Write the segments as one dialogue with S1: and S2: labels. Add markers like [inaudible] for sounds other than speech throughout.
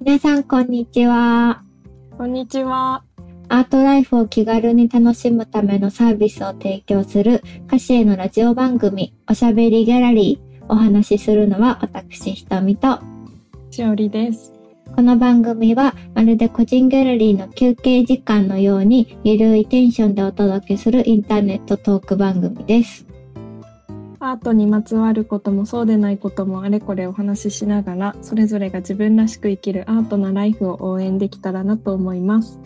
S1: 皆さん、こんにちは。
S2: こんにちは。
S1: アートライフを気軽に楽しむためのサービスを提供する歌詞へのラジオ番組、おしゃべりギャラリー。お話しするのは私、ひとみと。
S2: しおりです。
S1: この番組は、まるで個人ギャラリーの休憩時間のように、ゆるいテンションでお届けするインターネットトーク番組です。
S2: アートにまつわることもそうでないこともあれこれお話ししながら、それぞれが自分らしく生きるアートなライフを応援できたらなと思います。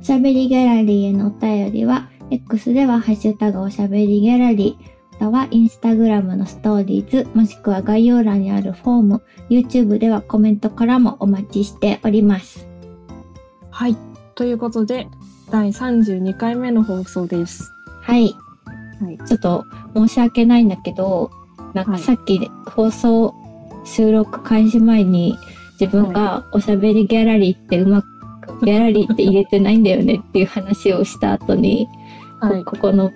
S1: おしゃべりギャラリーへのお便りは、X ではハッシュタグおしゃべりギャラリー、またはインスタグラムのストーリーズ、もしくは概要欄にあるフォーム、YouTube ではコメントからもお待ちしております。
S2: はい。ということで、第32回目の放送です。
S1: はい。
S2: はい
S1: ちょっと申し訳ないんだけど、なんか
S2: はい
S1: さっき放送収録開始前に自分がおしゃべりギャラリーってうまく、ギャラリーって入れてないんだよねっていう話をした後に、
S2: はい。
S1: ここの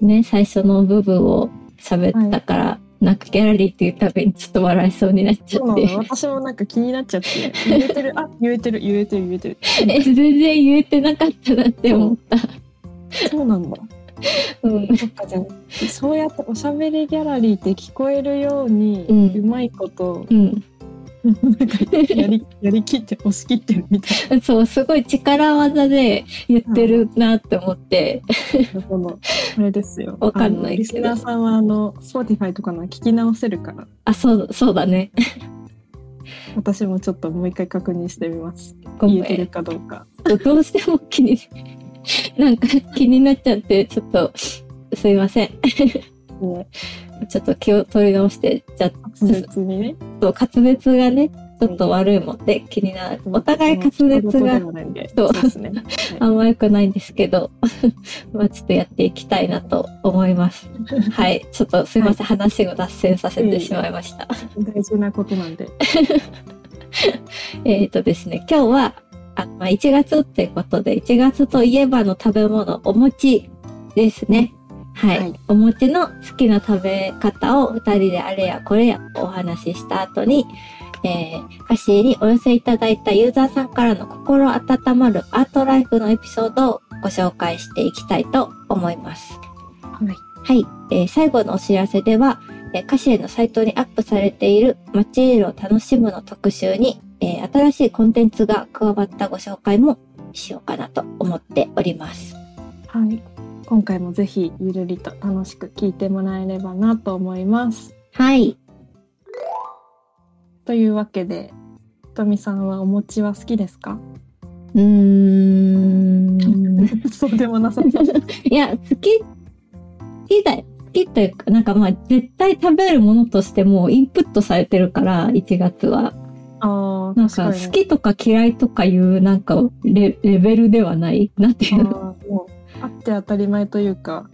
S1: ね最初の部分を喋ったから、なんかギャラリーっていうたびにちょっと笑いそうになっち
S2: そう
S1: ゃっ
S2: な
S1: て
S2: の。私もなんか気になっちゃって、言えてる、あ、言えてる、言えてる、言えてる。
S1: [laughs] え全然言えてなかったなって思った。
S2: そうなんだ。
S1: うん、
S2: そっかじゃあそうやっておしゃべりギャラリーって聞こえるように、
S1: う
S2: うんまいこと
S1: うん
S2: なんかやりやりきって押し切ってるみたい
S1: そうすごい力技で言ってるなって思って、
S2: なそのあれですよ。
S1: わかんないけど
S2: あのリスナーさんはあの Spotify とかのは聞き直せるから
S1: あそうそうだね
S2: 私もちょっともう一回確認してみます。
S1: ご
S2: 言
S1: め
S2: えてる
S1: ん
S2: かどうか。
S1: どうしても [laughs] 気になんか気になっちゃってちょっとすいません
S2: ね、
S1: ちょっと気を取り直してじゃあ
S2: 滑舌にね。
S1: ちょっと滑舌がねちょっと悪いもんで気になるお互い滑舌が
S2: そ
S1: そ
S2: う
S1: う
S2: ですね。
S1: あ
S2: は
S1: んま良くないんですけど、 [laughs] まあちょっとやっていきたいなと思います。はい、ちょっとすいません、話を脱線させてしまいました。
S2: い大事なことなんで。
S1: えっとですね、今日はあまあ1月ってことで、1月といえばの食べ物、お餅ですね。はい、
S2: はい
S1: お餅の好きな食べ方を2人であれやこれやお話しした後に、えー、歌詞にお寄せいただいたユーザーさんからの心温まるアートライフのエピソードをご紹介していきたいと思います。
S2: はい。
S1: はい、えー最後のお知らせでは、えー、歌詞へのサイトにアップされている「マチエールを楽しむ」の特集に、えー新しいコンテンツが加わったご紹介もしようかなと思っております。
S2: はい。今回もぜひゆるりと楽しく聞いてもらえればなと思います。
S1: はい、
S2: というわけで、ひとみさんはお餅は好きで
S1: [laughs]
S2: すか？
S1: うーん
S2: そうでもなさそう。
S1: [laughs] いや好き好きだよ好きというかなんかまあ絶対食べるものとしてもうインプットされてるから1月は
S2: ああ、
S1: なん
S2: 確か
S1: か
S2: に。
S1: 好きとか嫌いとかいうなんかレレベルではないなんて
S2: あ
S1: いうの
S2: ーもうあって当たり前というか、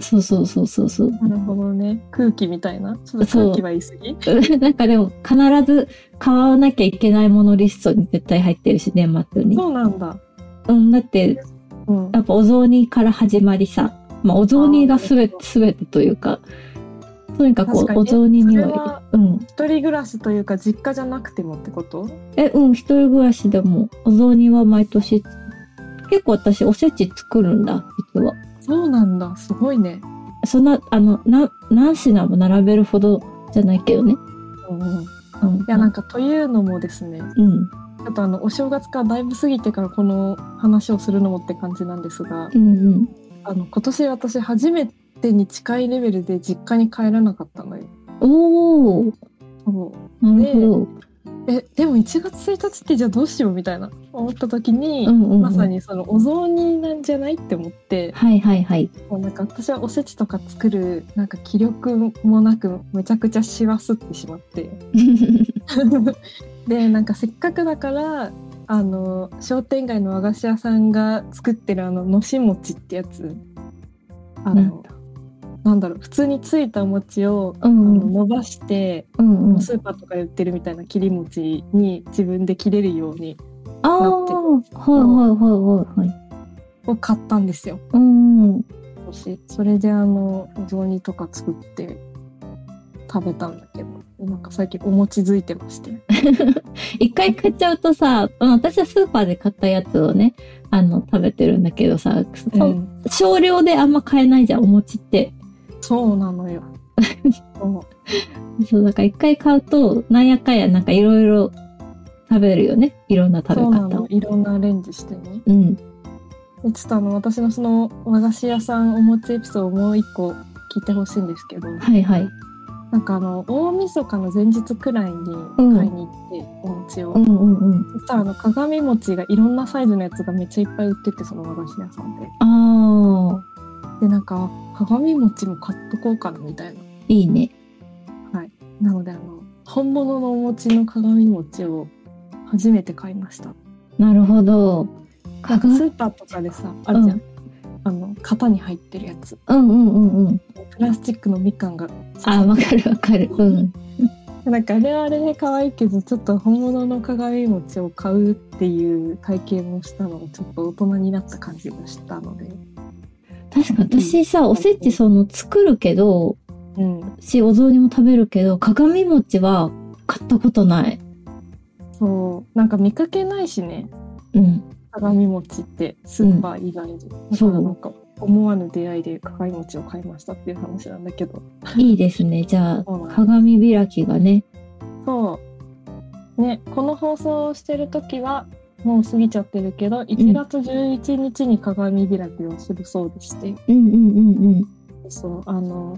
S1: そうそうそうそうそう
S2: なるほどね。空気みたいな。ちょっと
S1: そう
S2: 空気は言い過
S1: [laughs]
S2: ぎ。
S1: なんかでも必ず買わなきゃいけないものリストに絶対入ってるし年末に。
S2: そうなんだ。
S1: うん、だって
S2: うん。
S1: やっぱお雑煮から始まりさ、まあ、お雑煮がすべ
S2: あー
S1: すべてというかとにかく
S2: 確かに
S1: お雑煮には
S2: それは
S1: うん、
S2: 一人暮らしというか実家じゃなくてもってこと？
S1: えうん一人暮らしでもお雑煮は毎年結構私おせち作るんだ実は。
S2: そうなんだ。すごいね。
S1: そんなあのな何品も並べるほどじゃないけどね。
S2: うんうん。い
S1: うん、
S2: やなんかというのもですね。
S1: うん
S2: ちょっとあのお正月からだいぶ過ぎてからこの話をするのもって感じなんですが、
S1: うんうん
S2: あの今年私初めてに近いレベルで実家に帰らなかったのよ。
S1: おー
S2: そ
S1: な
S2: う
S1: るほど。
S2: えでも1月1日ってじゃあどうしようみたいな思った時に、
S1: うんうんうん
S2: まさにそのお雑煮なんじゃないって思って
S1: はいはい
S2: [laughs]
S1: はい。
S2: もうなんか私はおせちとか作るなんか気力もなくめちゃくちゃしわすってしまって [laughs] でなんかせっかくだからあの商店街の和菓子屋さんが作ってるあののし餅ってやつあのなんだろう普通についたお餅を、
S1: う
S2: あの
S1: んうん
S2: 伸ばして、
S1: うんうん。
S2: スーパーとかで売ってるみたいな切り餅に自分で切れるように
S1: ああ、
S2: なってるんですけど
S1: はいはいはいはいはい。
S2: を買ったんですよ。
S1: うんうん。
S2: それであのお雑煮とか作って食べたんだけどなんか最近お餅づいてまして
S1: 一回買っちゃうとさ、まあ私はスーパーで買ったやつをね、あの、食べてるんだけどさ、
S2: うん、
S1: 少量であんま買えないじゃん、お餅って。
S2: そう
S1: [laughs]
S2: なのよそう
S1: そう、だから一回買うと、なんやかんや、なんかいろいろ食べるよね。いろんな食べ
S2: そうな
S1: 方を
S2: の。いろんなアレンジしてね
S1: うん。
S2: でちょっとあの私のその和菓子屋さんお餅エピソードをもう一個聞いてほしいんです
S1: [laughs]
S2: けど
S1: はいはい。
S2: なんかあの大晦日の前日くらいに買いに行って、お餅を、
S1: うんうんうん。
S2: そしたらあの鏡餅がいろんなサイズのやつがめっちゃいっぱい売っててその和菓子屋さんで
S1: ああ、
S2: でなんか鏡餅も買っとこうかなみたいない
S1: いね。
S2: なのであの本物のお餅の鏡餅を初めて買いました
S1: なるほど。
S2: なんか
S1: 鏡
S2: スーパーとかでさあるじゃん、
S1: う
S2: あの型に入ってるやつ
S1: うんうんうんうん。
S2: プラスチックのみかんが
S1: あーわかるわかる。うん。
S2: なんかあれはあれで可愛いけどちょっと本物の鏡餅を買うっていう体験をしたのがちょっと大人になった感じがしたので、
S1: 確か私さ、おせちその作るけど、
S2: うん、
S1: し、お雑煮も食べるけど、鏡餅は買ったことない。
S2: そうなんか見かけないしね
S1: [laughs] うん。
S2: 鏡餅ってスーパー以外に、だ
S1: そ
S2: か
S1: う
S2: らなんか思わぬ出会いで鏡餅を買いましたっていう話なんだけど
S1: いいですね。じゃあ
S2: そうなん、です
S1: 鏡開きがね。
S2: そうねこの放送をしてる時はもう過ぎちゃってるけど1月11日に鏡開きをするそうでして、
S1: うんうんうんうん。
S2: そうあの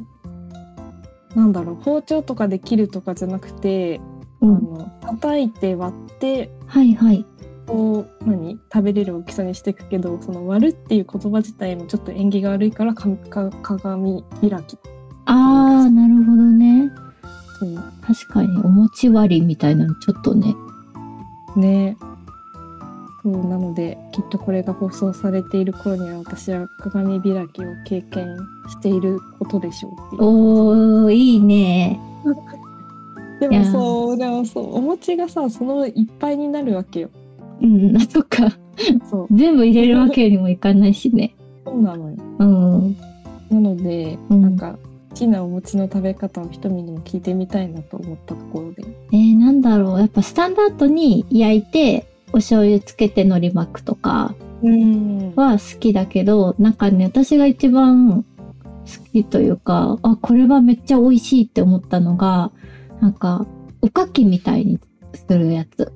S2: なんだろう包丁とかで切るとかじゃなくて、
S1: うん
S2: あの叩いて割って
S1: はいはい。
S2: こう何食べれる大きさにしていくけどその割るっていう言葉自体もちょっと縁起が悪いからかか鏡開き
S1: あー、なるほどね。
S2: という
S1: 確かに、お餅割りみたいなのちょっとね。
S2: ね。そうなのできっとこれが放送されている頃には私は鏡開きを経験していることでしょうっていう
S1: おー、いいね。
S2: で
S1: いや
S2: もそうでもそうお餅がさそのいっぱいになるわけよ。
S1: うん、 [laughs] あそっか。
S2: そう
S1: 全部入れるわけにもいかないしね。
S2: そうなのよ
S1: うん。
S2: なので、
S1: うん
S2: なんか好きなお餅の食べ方をひとみにも聞いてみたいなと思ったところで、
S1: えー、なんだろう。やっぱスタンダードに焼いて、お醤油つけて海苔巻くとか
S2: うん
S1: は好きだけど、なんかね、私が一番好きというか、あ、これはめっちゃ美味しいって思ったのが、なんか、おかきみたいにするやつ。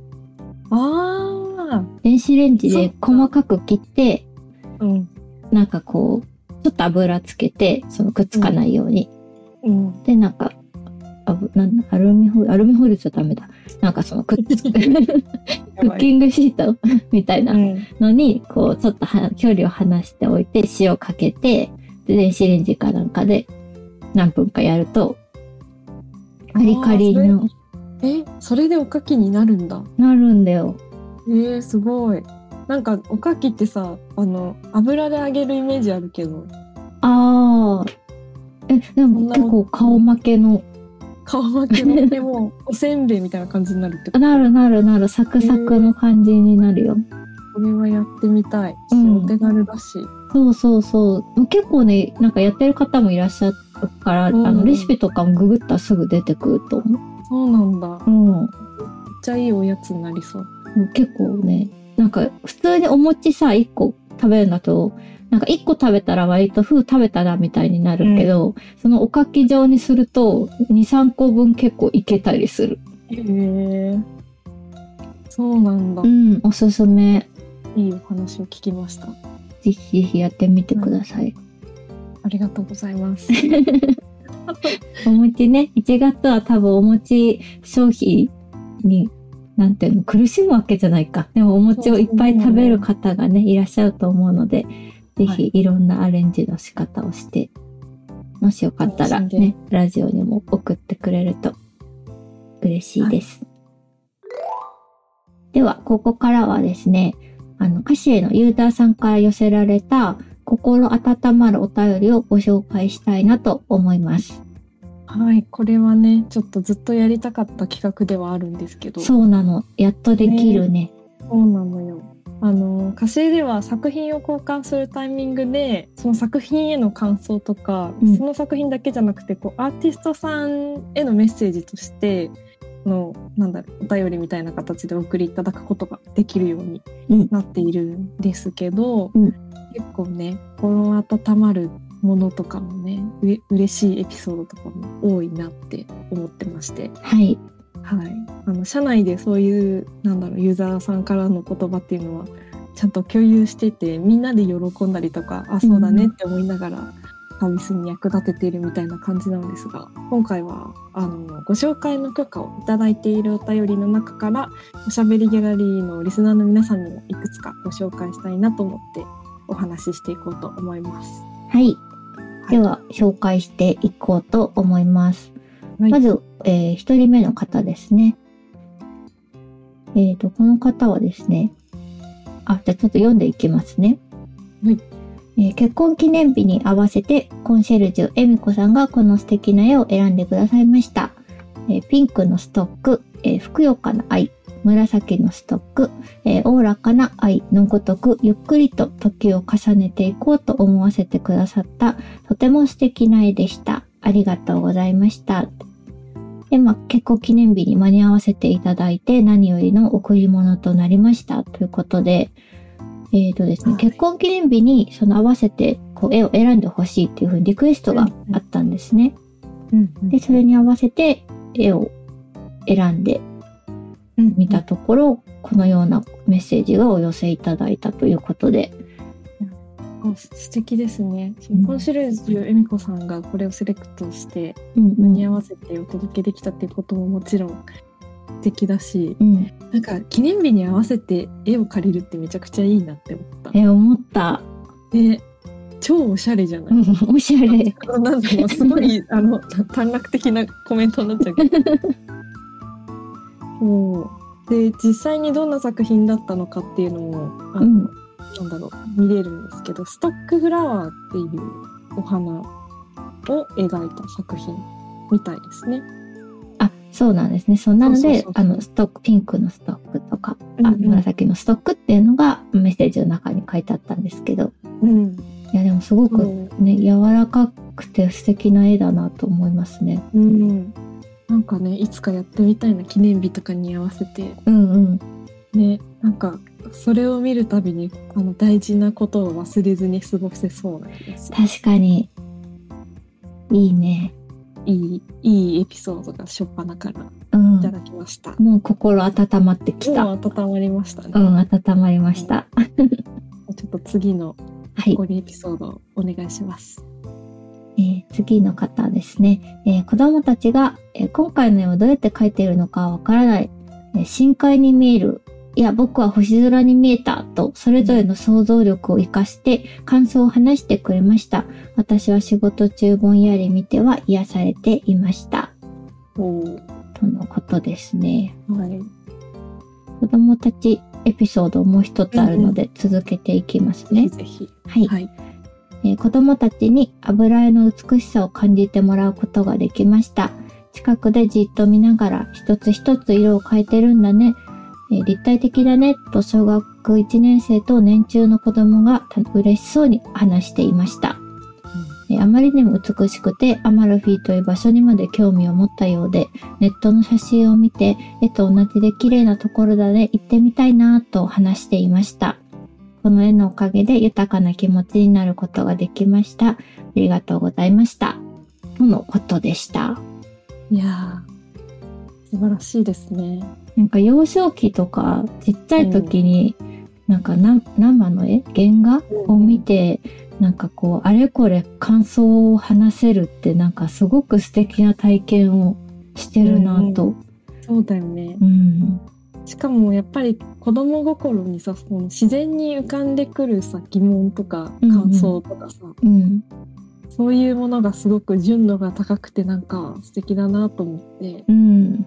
S2: あ
S1: 電子レンジで細かく切って、
S2: ーうん
S1: なんかこう、ちょっと油つけて、そのくっつかないように。
S2: うん
S1: で、なんか、あぶなんだアルミホイル、アルミホイルじゃダメだ。なんかそのくっつ [laughs] く、クッ
S2: やばい
S1: キングシート [laughs] みたいな
S2: うん
S1: のに、こう、ちょっとは距離を離しておいて、塩かけて、で、電子レンジかなんかで何分かやると、カリカリの、
S2: えそれでおかきになるんだ
S1: なるんだよ。
S2: えー、すごいなんかおかきってさあの油で揚げるイメージあるけど
S1: ああ。え、でも
S2: そんな
S1: 結構顔負けの
S2: 顔巻きのでもおせんべいみたいな感じになるってこと
S1: なるなるなる、サクサクの感じになるよ。
S2: これはやってみたい
S1: う
S2: し
S1: ん
S2: お手軽だし、
S1: そうそうそう。結構ね、なんかやってる方もいらっしゃるから、
S2: うん
S1: あのレシピとかもググったらすぐ出てくると思
S2: そうなんだめっ
S1: う。うん。
S2: ちゃいいおやつになりそう
S1: 結構ね、なんか普通にお餅さ、1個食べるんだと、なんか1個食べたら割と、ふう食べたらみたいになるけど、そのおかき状にすると、2、3個分結構いけたりする。
S2: へえそうなんだ、
S1: うん、おすすめ。
S2: いいお話を聞きました
S1: ぜひぜひやってみてください。
S2: ありがとうございます
S1: お餅ね、1月は多分お餅消費に、なんていうの、苦しむわけじゃないか。でもお餅をいっぱい食べる方がね、いらっしゃると思うので、ぜ
S2: はい
S1: ひいろんなアレンジの仕方をして、もしよかったら
S2: 楽しん
S1: ね、ラジオにも送ってくれると嬉しいです。では、ここからはですね、あの、歌詞へのユーザーさんから寄せられた心温まるお便りをご紹介したいなと思います。
S2: はいこれはねちょっとずっとやりたかった企画ではあるんですけど
S1: そうなの。やっとできるね。
S2: そうなのよあの歌詞では作品を交換するタイミングでその作品への感想とか、
S1: うん
S2: その作品だけじゃなくてこうアーティストさんへのメッセージとしてのなんだろうお便りみたいな形でお送りいただくことができるように
S1: うん
S2: なっているんですけど、
S1: うん
S2: 結構ね心温まるものとかもねうれ嬉しいエピソードとかも多いなって思ってまして。
S1: はい。
S2: はい、あの社内でそういうなんだろうユーザーさんからの言葉っていうのはちゃんと共有しててみんなで喜んだりとかあそうだねって思いながらサービスに役立てているみたいな感じなんですが今回はあのご紹介の許可をいただいているお便りの中からおしゃべりギャラリーのリスナーの皆さんにもいくつかご紹介したいなと思ってお話ししていこうと思います。
S1: はい。
S2: はい
S1: では、紹介していこうと思います。
S2: はい
S1: まず、えー、1人目の方ですね。えっ、と、この方はですね、あ、じゃあちょっと読んでいきますね。
S2: はい
S1: えー結婚記念日に合わせて、コンシェルジュ、恵美子さんがこの素敵な絵を選んでくださいました。えーピンクのストック、えーふくよかな愛、紫のストック、えーおおらかな愛のごとくゆっくりと時を重ねていこうと思わせてくださったとても素敵な絵でしたありがとうございましたで、まあ、結構記念日に間に合わせていただいて何よりの贈り物となりましたということでえーとですね、
S2: はい
S1: 結婚記念日にその合わせてこう絵を選んでほしいっていうふうにリクエストがあったんですね。でそれに合わせて絵を選んで見たところ、このようなメッセージがお寄せいただいたということで、
S2: あ素敵ですね。
S1: うん
S2: コンシェルジュ恵美子さんがこれをセレクトして
S1: うんう
S2: 間
S1: ん
S2: に合わせてお届けできたっていうことももちろん素敵だし、
S1: うん、
S2: なんか記念日に合わせて絵を借りるってめちゃくちゃいいなって思った。
S1: え思った、 [laughs]
S2: で、超おしゃれじゃな
S1: う
S2: い。
S1: んおしゃれ、
S2: あのなんだろうすごいあの短絡的なコメントになっちゃうけど。そうで実際にどんな作品だったのかっていうのもあの、
S1: うん
S2: なんだろう見れるんですけどストックフラワーっていうお花を描いた作品みたいですね。
S1: あそうなんですねそうなの
S2: そうそう
S1: で
S2: そうそ
S1: あ
S2: う
S1: のストックピンクのストックとか、あ
S2: うんうん
S1: 紫のストックっていうのがメッセージの中に書いてあったんですけど
S2: うん、
S1: いやでもすごく
S2: そう
S1: ね柔らかくて素敵な絵だなと思いますね
S2: うん、なんかねいつかやってみたいな記念日とかに合わせて
S1: うんうん
S2: ねなんかそれを見るたびにあの大事なことを忘れずに過ごせそうな気がする
S1: 確かにいいね
S2: いいいいエピソードが初っ端から
S1: うん
S2: いただきました。
S1: もう心温まってきた
S2: もう温まりましたね。
S1: うん温まりました
S2: ちょっと次の
S1: はい
S2: ゴリエピソードをお願いします。
S1: えー次の方ですね、えー子供たちが、えー今回の絵をどうやって描いているのかわからない、えー深海に見えるいや僕は星空に見えたとそれぞれの想像力を生かして感想を話してくれました私は仕事中ぼんやり見ては癒されていました
S2: お
S1: とのことですね
S2: はい。
S1: 子供たちエピソードもう一つあるので続けていきますね、
S2: ぜひぜひ。
S1: はい
S2: はい。
S1: えー子供たちに油絵の美しさを感じてもらうことができました。近くでじっと見ながら一つ一つ色を変えてるんだね。えー立体的だねと小学1年生と年中の子供がた嬉しそうに話していました。えーあまりにも美しくてアマルフィという場所にまで興味を持ったようでネットの写真を見て絵と同じで綺麗なところだね行ってみたいなと話していましたこの絵のおかげで豊かな気持ちになることができましたありがとうございましたとのことでした
S2: いやー素晴らしいですね。
S1: なんか幼少期とかちっちゃい時に、なんかな生の絵原画
S2: うん
S1: を見てなんかこうあれこれ感想を話せるってなんかすごく素敵な体験をしてるなと、
S2: そうだよね
S1: う。ん
S2: しかもやっぱり子供心にさ、その自然に浮かんでくるさ疑問とか
S1: うんうん
S2: 感想とかさ、
S1: うん
S2: そういうものがすごく純度が高くてなんか素敵だなと思って、
S1: うん、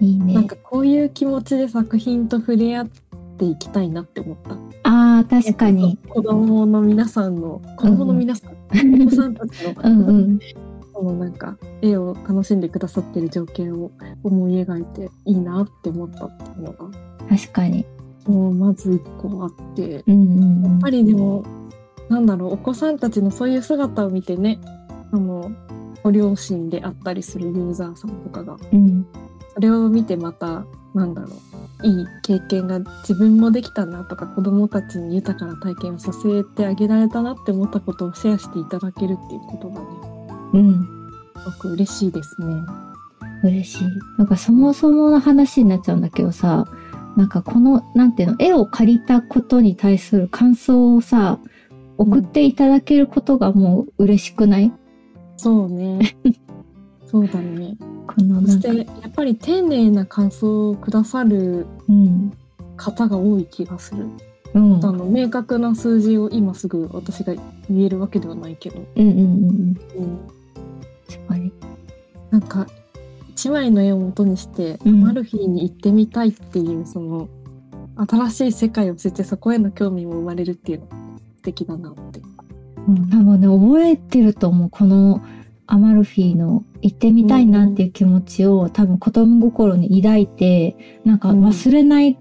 S1: いいね
S2: なんかこういう気持ちで作品と触れ合っていきたいなって思った。
S1: あー確かに、
S2: 子供の皆さんの子供の皆さん、お子さんたちの
S1: うんうん
S2: そのなんか絵を楽しんでくださってる情景を思い描いていいなって思ったっていうのが
S1: 確かに
S2: もうまず一個あって
S1: うんうんうん
S2: やっぱりでもなんだろうお子さんたちのそういう姿を見てねあのご両親であったりするユーザーさんとかが
S1: うん
S2: それを見てまたなんだろういい経験が自分もできたなとか子どもたちに豊かな体験をさせてあげられたなって思ったことをシェアしていただけるっていうことがね
S1: うん
S2: すごく嬉しいですね。
S1: 嬉しいなんかそもそもの話になっちゃうんだけどさなんかこのなんていうの絵を借りたことに対する感想をさ送っていただけることがもう嬉しくない、
S2: そうねそうだね
S1: この
S2: そ
S1: な
S2: し
S1: んか
S2: てやっぱり丁寧な感想をくださる
S1: うん
S2: 方が多い気がする。
S1: うんうん
S2: あの明確な数字を今すぐ私が言えるわけではないけど、
S1: うんうん
S2: うん、
S1: 確かに
S2: なんか一枚の絵を元にして、
S1: うん
S2: マルフィーに行ってみたいっていうその新しい世界を知ってそこへの興味も生まれるっていうの素敵だなって。
S1: うん、多分ね覚えてると思うこのアマルフィの行ってみたいなっていう気持ちを、多分子供心に抱いてなんか忘れないん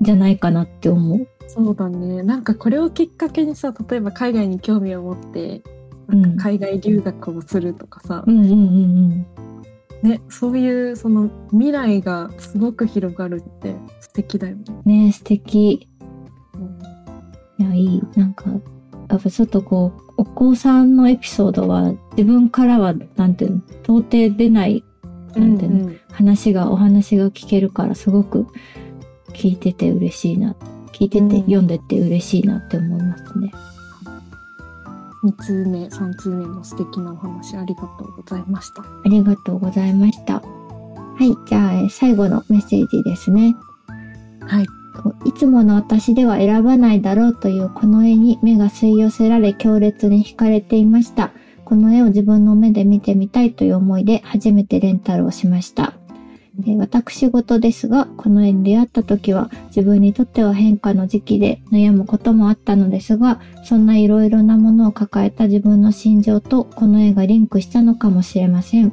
S1: じゃないかなって思う。
S2: そうだねなんかこれをきっかけにさ例えば海外に興味を持ってなんか海外留学をするとかさ、
S1: うんうんうん
S2: ね、そういうその未来がすごく広がるって素敵だよね。
S1: うん。ね素敵
S2: うん
S1: いやいいなんかやっぱちょっとこうお子さんのエピソードは自分からはなんていうの到底出ないなんていうの
S2: うんうん
S1: 話がお話が聞けるからすごく聞いてて嬉しいな聞いてて、
S2: うん
S1: 読んでて嬉しいなって思いますね。
S2: 2通目3通目も素敵なお話ありがとうございました
S1: ありがとうございました。はい、じゃあ、えー最後のメッセージですね。
S2: はい
S1: こういつもの私では選ばないだろうというこの絵に目が吸い寄せられ強烈に惹かれていました。この絵を自分の目で見てみたいという思いで初めてレンタルをしました。えー私事ですが、この絵に出会った時は自分にとっては変化の時期で悩むこともあったのですが、そんないろいろなものを抱えた自分の心情とこの絵がリンクしたのかもしれません。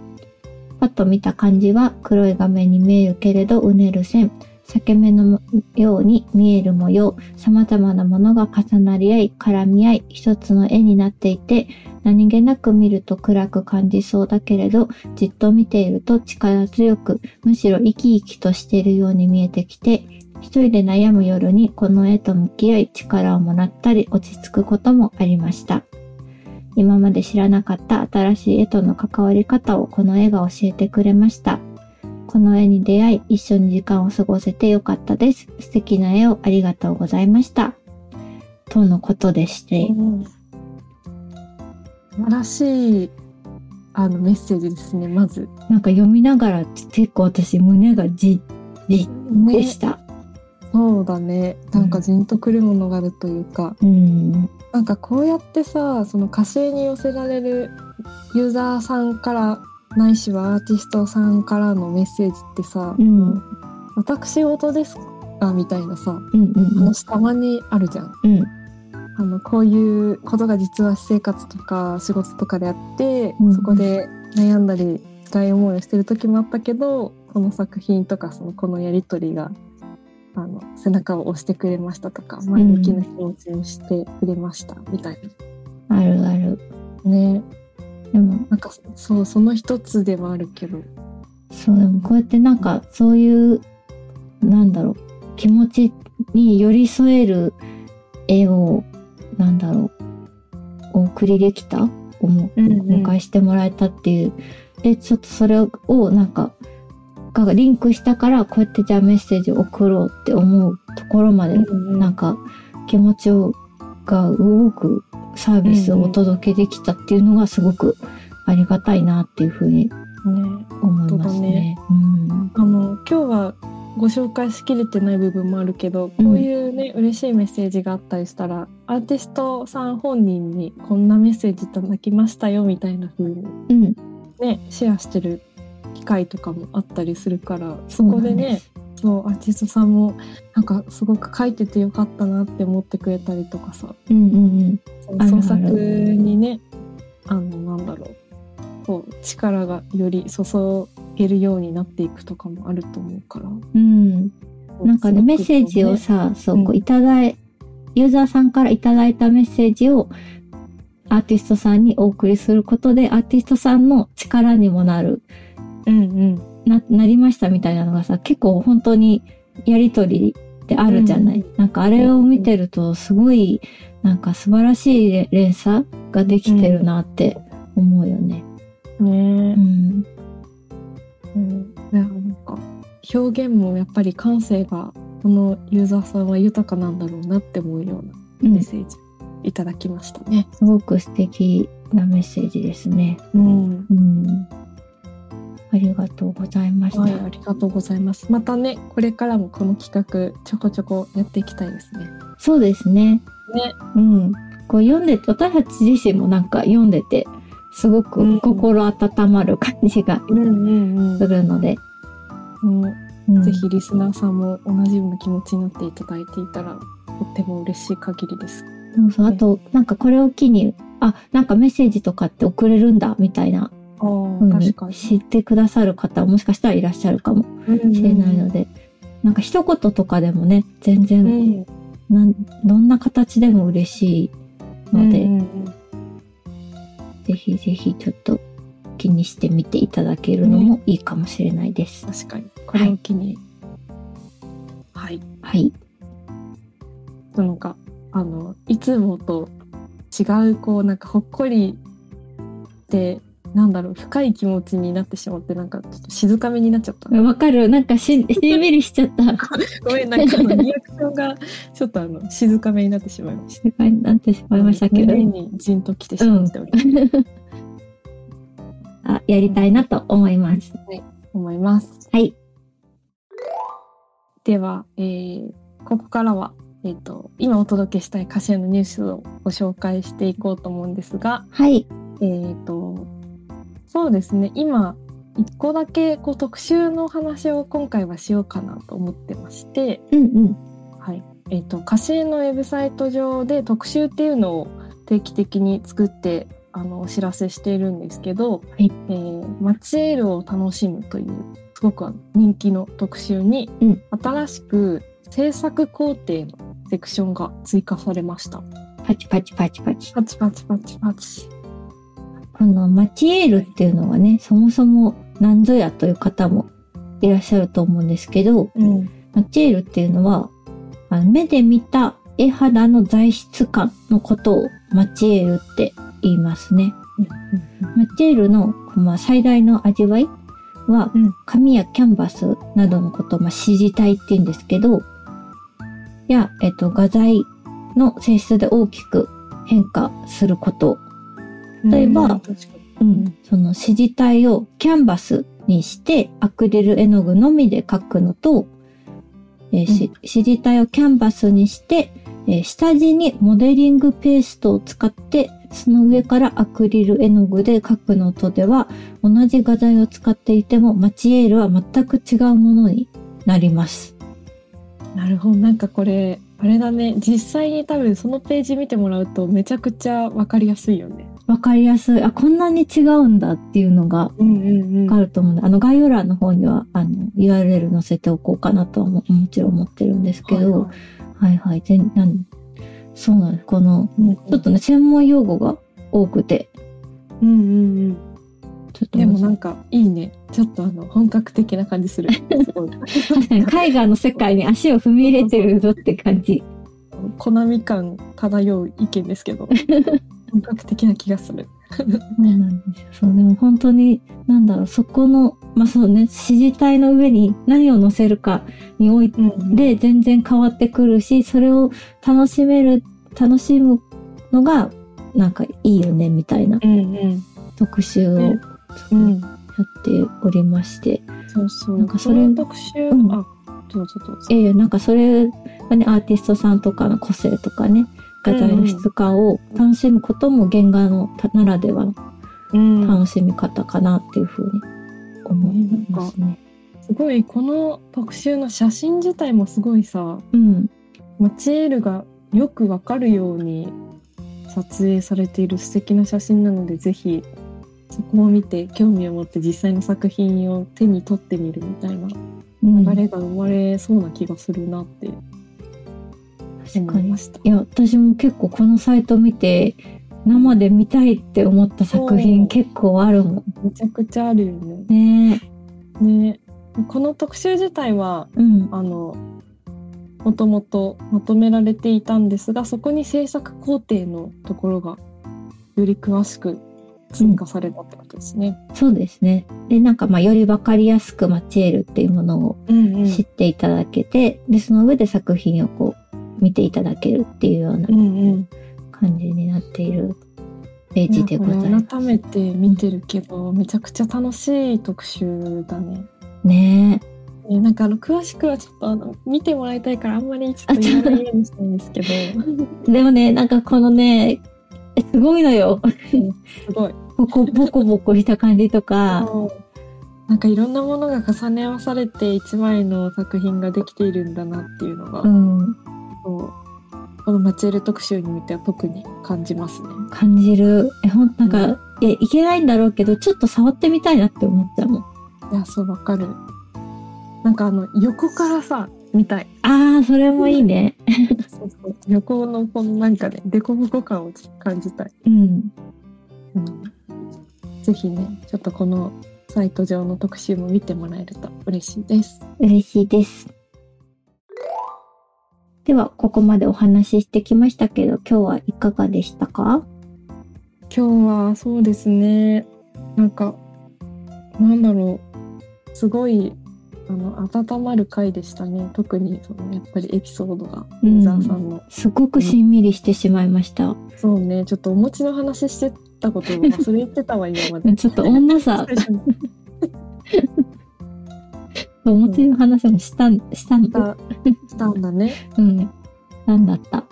S1: パッと見た感じは黒い画面に見えるけれどうねる線、裂け目のように見える模様、様々なものが重なり合い、絡み合い、一つの絵になっていて、何気なく見ると暗く感じそうだけれど、じっと見ていると力強く、むしろ生き生きとしているように見えてきて、一人で悩む夜にこの絵と向き合い力をもらったり落ち着くこともありました。今まで知らなかった新しい絵との関わり方をこの絵が教えてくれました。この絵に出会い一緒に時間を過ごせてよかったです。素敵な絵をありがとうございました。とのことでして。
S2: 素晴らしいあのメッセージですねまず、
S1: なんか読みながら結構私胸がじじで
S2: ね
S1: し、た。
S2: そうだねなんかじんとくるものがあるというか、
S1: うん。
S2: なんかこうやってさその歌詞に寄せられるユーザーさんからないしはアーティストさんからのメッセージってさ、
S1: うん
S2: 私事ですかみたいなさ
S1: うんうん
S2: 話たまにあるじゃん。
S1: うん。
S2: あのこういうことが実は私生活とか仕事とかであって、
S1: うん
S2: そこで悩んだり辛い思いをしてる時もあったけどこの作品とかそのこのやり取りがあの背中を押してくれましたとか前向きな気持ちにしてくれましたみたい
S1: あるある。
S2: な、ね
S1: でも
S2: なんかそうその一つではあるけど、
S1: そうでもこうやってなんかそういうなんだろう気持ちに寄り添える絵をなんだろうお送りできたおも
S2: うんうん
S1: お迎えしてもらえたっていう、でちょっとそれをなんかがリンクしたからこうやってじゃあメッセージを送ろうって思うところまで、なんか気持ちをが動くサービスをお届けできたっていうのがすごくありがたいなっていうふうに
S2: ね
S1: 思いますね。うん
S2: あの今日はご紹介しきれてない部分もあるけどこういうね、嬉しいメッセージがあったりしたらアーティストさん本人にこんなメッセージいただきましたよみたいな風に
S1: うん、
S2: ねシェアしてる機会とかもあったりするからそこでねそうアーティストさんもなんかすごく書いててよかったなって思ってくれたりとか
S1: そ
S2: さ
S1: うなんです。うんうん
S2: その
S1: あるある
S2: 創作にねあのなんだろうこう力がより注げるようになっていくとかもあると思うか
S1: う
S2: ら。
S1: ん。うん。なんかね、メッセージをさ、そう、こ
S2: う
S1: うんいただい、ユーザーさんからいただいたメッセージを、アーティストさんにお送りすることで、アーティストさんの力にもなる、
S2: うんうん
S1: な、なりましたみたいなのがさ、結構本当にやりとりであるじゃない、
S2: う
S1: なんかあれを見てると、すごい、なんか素晴らしいれ連鎖ができてるなって思うよね。
S2: ね
S1: う、ん。
S2: うん、いやなんか表現もやっぱり感性がこのユーザーさんは豊かなんだろうなって思うような
S1: う
S2: メッ
S1: ん。す
S2: セージいただきましたね。
S1: ごく素敵なメッセージですね。
S2: うん、
S1: うん。ありがとうございました。
S2: はい、ありがとうございます。またね、これからもこの企画ちょこちょこやっていきたいですね。
S1: そうですね。
S2: ね、
S1: うん。こう読んでて、私たち自身もなんか読んでて、すご
S2: う
S1: く
S2: ん
S1: 心温まる感じが
S2: うんうん
S1: するので、
S2: うん。
S1: うん
S2: ぜひリスナーさんも同じような気持ちになっていただいていたらとっても嬉しい限りです。
S1: そうそうあと、なんかこれを機に、あ、なんかメッセージとかって送れるんだ、みたいな
S2: ああ、
S1: 風
S2: 確
S1: に
S2: かに。
S1: 知ってくださる方、もしかしたらいらっしゃるかもしれないので、なんか一言とかでもね、全
S2: う
S1: 然、
S2: ん、
S1: なんどんな形でも嬉しいので、
S2: うんうんうん
S1: ぜひぜひちょっと気にしてみていただけるのもいいかもしれないです。
S2: 確かにこれを機に、はい、
S1: はい。
S2: そのかあのいつもと違うこうなんかほっこりでなんだろう深い気持ちになってしまってなんかちょっと静かめになっちゃった。
S1: わかる。なんかし、
S2: [laughs]
S1: しんみりしちゃった。
S2: ごめんなんかあのリアクションがちょっとあの静かめになってしまいました。
S1: 世界になってしまいましたけど
S2: [laughs] 胸、にじんときてしまっております。
S1: [laughs] あやりたいなと思います。
S2: 思います。
S1: はい。
S2: では、えーここからは、えー、と今お届けしたい歌手のニュースをご紹介していこうと思うんですが、
S1: はい。
S2: えー、とそうですね今一個だけこう特集の話を今回はしようかなと思ってまして、
S1: うんうん。
S2: はいえー、と歌手のウェブサイト上で特集っていうのを定期的に作ってあのお知らせしているんですけど「
S1: い
S2: えーマチエールを楽しむ」というすごくあの人気の特集に、
S1: うん
S2: 新しく制作工程のセクションが追加されました。
S1: パチパチパチパチ。
S2: パチパチパチパチ。
S1: このマチエールっていうのはね、そもそも何ぞやという方もいらっしゃると思うんですけど、
S2: うん、
S1: マチエールっていうのは、あの目で見た絵肌の材質感のことをマチエールって言いますね。マチエールの、まあ、最大の味わいは、
S2: うん
S1: 紙やキャンバスなどのことを、まあ、指示体って言うんですけど、や、えっと、画材の性質で大きく変化すること。例えば
S2: うん確かに
S1: うん
S2: うん
S1: その指示体をキャンバスにして、アクリル絵の具のみで描くのと、えーし
S2: う
S1: 指示体をキャンバスにして、えー下地にモデリングペーストを使って、その上からアクリル絵の具で描くのとでは、同じ画材を使っていても、マチエールは全く違うものになります。
S2: なるほどなんかこれあれだね実際に多分そのページ見てもらうとめちゃくちゃわかりやすいよね。
S1: わかりやすい。あ、こんなに違うんだっていうのが
S2: うんうん
S1: わかると思うんで、あの概要欄の方には、あの、URL 載せておこうかなとはももちろん思ってるんですけど、はいはい。で、なんそうなんです。この、ちょっとね、専門用語が多くて、
S2: うんうんうん。
S1: ちょっと
S2: でもな
S1: 難
S2: んかいいねちょっとあの本格的な感じ [laughs] する。すごい
S1: しい。確かに絵画の世界に足を踏み入れてるぞって感じ。
S2: コナミ感漂う意見ですけ [laughs] ど本格的な気がする。
S1: そうなんですよ。そう、でも本当に、なんだろう、そこの、まあそうね、指示体の上に何を載せるかにおいて、
S2: うんうん
S1: で、全然変わってくるし、それを楽しめる、楽しむのが、なんかいいよね、みたいな
S2: うんうん
S1: 特集をや
S2: ねうん。
S1: っておりまして。
S2: そうそう。
S1: なんかそれ
S2: の特集、
S1: うん
S2: あどうぞどうぞ。
S1: ええなんかそれがね、アーティストさんとかの個性とかね、画材の質感を楽しむことも原画のたならではの
S2: うん
S1: 楽しみ方かなっていうふうに思いますね。
S2: すごいこの特集の写真自体もすごいさ
S1: うん。
S2: マチエールがよくわかるように撮影されている素敵な写真なのでぜひそこを見て興味を持って実際の作品を手に取ってみるみたいな
S1: うん
S2: 流れが生まれそうな気がするなって
S1: 確
S2: 思
S1: か
S2: い
S1: に
S2: ました。
S1: いや私も結構このサイト見て生で見たいって思った作
S2: そ
S1: 品
S2: う
S1: 結構あるも
S2: めちゃくちゃあるよね。
S1: んね
S2: ね、この特集自体は
S1: うん
S2: あのもともとまとめられていたんですがそこに制作工程のところがより詳しく追加されたってことですね。
S1: そうですねでなんかまあより分かりやすくマチエルっていうものを
S2: うんうん
S1: 知っていただけて、でその上で作品をこう見ていただけるっていうような
S2: うんうん、
S1: 感じになっているページでござい
S2: いや
S1: ま
S2: こ
S1: す
S2: れ改めて見てるけど、めちゃくちゃ楽しい特集だね。
S1: ね
S2: ねなんかあの詳しくはちょっとあの見てもらいたいからあんまりちょっと言わないようにしたいんですけど
S1: でもねなんかこのねすごいのよ
S2: [laughs] すごい
S1: ボコボコボコした感じとか
S2: なんかいろんなものが重ね合わされて一枚の作品ができているんだなっていうのが、
S1: うん
S2: こうこのマチエル特集においては特に感じますね。
S1: 感じるえほんなんか、いやいけないんだろうけどちょっと触ってみたいなって思っちゃうもん
S2: いやそうわかる。なんかあの横からさ見たい。
S1: あーそれもいいね
S2: そうそう横のこのなんかね凸凹感を感じたい。
S1: うん
S2: うん、ぜひねちょっとこのサイト上の特集も見てもらえると嬉しいです。
S1: 嬉しいですではここまでお話ししてきましたけど今日はいかがでしたか
S2: 今日はそうですねなんかなんだろうすごいあの温まる回でしたね特にそのやっぱりエピソードが
S1: うん
S2: ユーザーさんの、
S1: すごくしんみりしてしまいました、
S2: そうねちょっとお餅の話してたことを忘れてたわ今
S1: [laughs]
S2: まで
S1: ちょっと女さ
S2: 最初に言っ
S1: お餅の話もしたんしたん
S2: たしたんだね、
S1: うんなんだった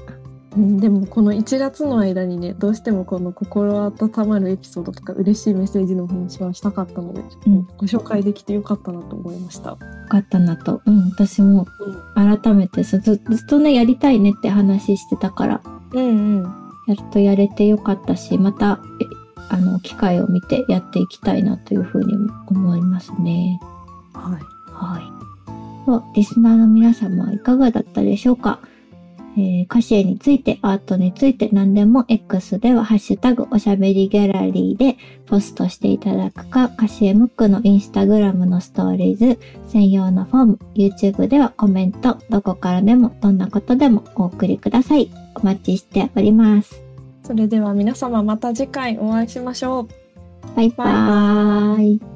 S2: うん、でもこの1月の間にねどうしてもこの心温まるエピソードとか嬉しいメッセージのお話はしたかったので、ちょっとご紹介できてよかったなと思いました。
S1: よかったなと、うん、私も改めてそうずずっとねやりたいねって話してたから
S2: うん、うん
S1: やっとやれてよかったしまたえあの機会を見てやっていきたいなというふうにも思いますね。
S2: はい
S1: はい。ではリスナーの皆様はいかがだったでしょうか、えー、カシエについてアートについて何でも X では「ハッシュタグおしゃべりギャラリー」でポストしていただくかカシエムックのインスタグラムのストーリーズ専用のフォーム YouTube ではコメントどこからでもどんなことでもお送りください。お待ちしております。
S2: それでは皆様また次回お会いしましょう。
S1: バイバ
S2: バ
S1: ー
S2: イ
S1: イ。